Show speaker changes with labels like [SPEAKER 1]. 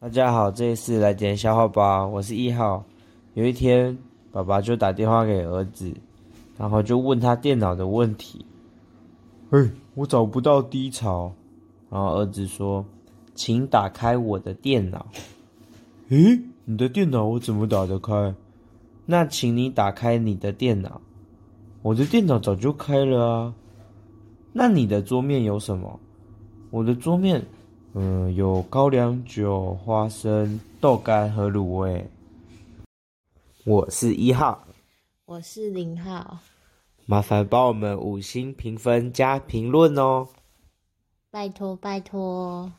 [SPEAKER 1] 大家好，这一次来点笑话吧，我是一号。有一天，爸爸就打电话给儿子，然后就问他电脑的问题。哎，我找不到低潮。然后儿子说：“请打开我的电脑。”诶，你的电脑我怎么打得开？那请你打开你的电脑。我的电脑早就开了啊。那你的桌面有什么？我的桌面，嗯，有高粱酒、花生、豆干和卤味。我是一号，
[SPEAKER 2] 我是零号，
[SPEAKER 1] 麻烦帮我们五星评分加评论哦。
[SPEAKER 2] 拜托拜托。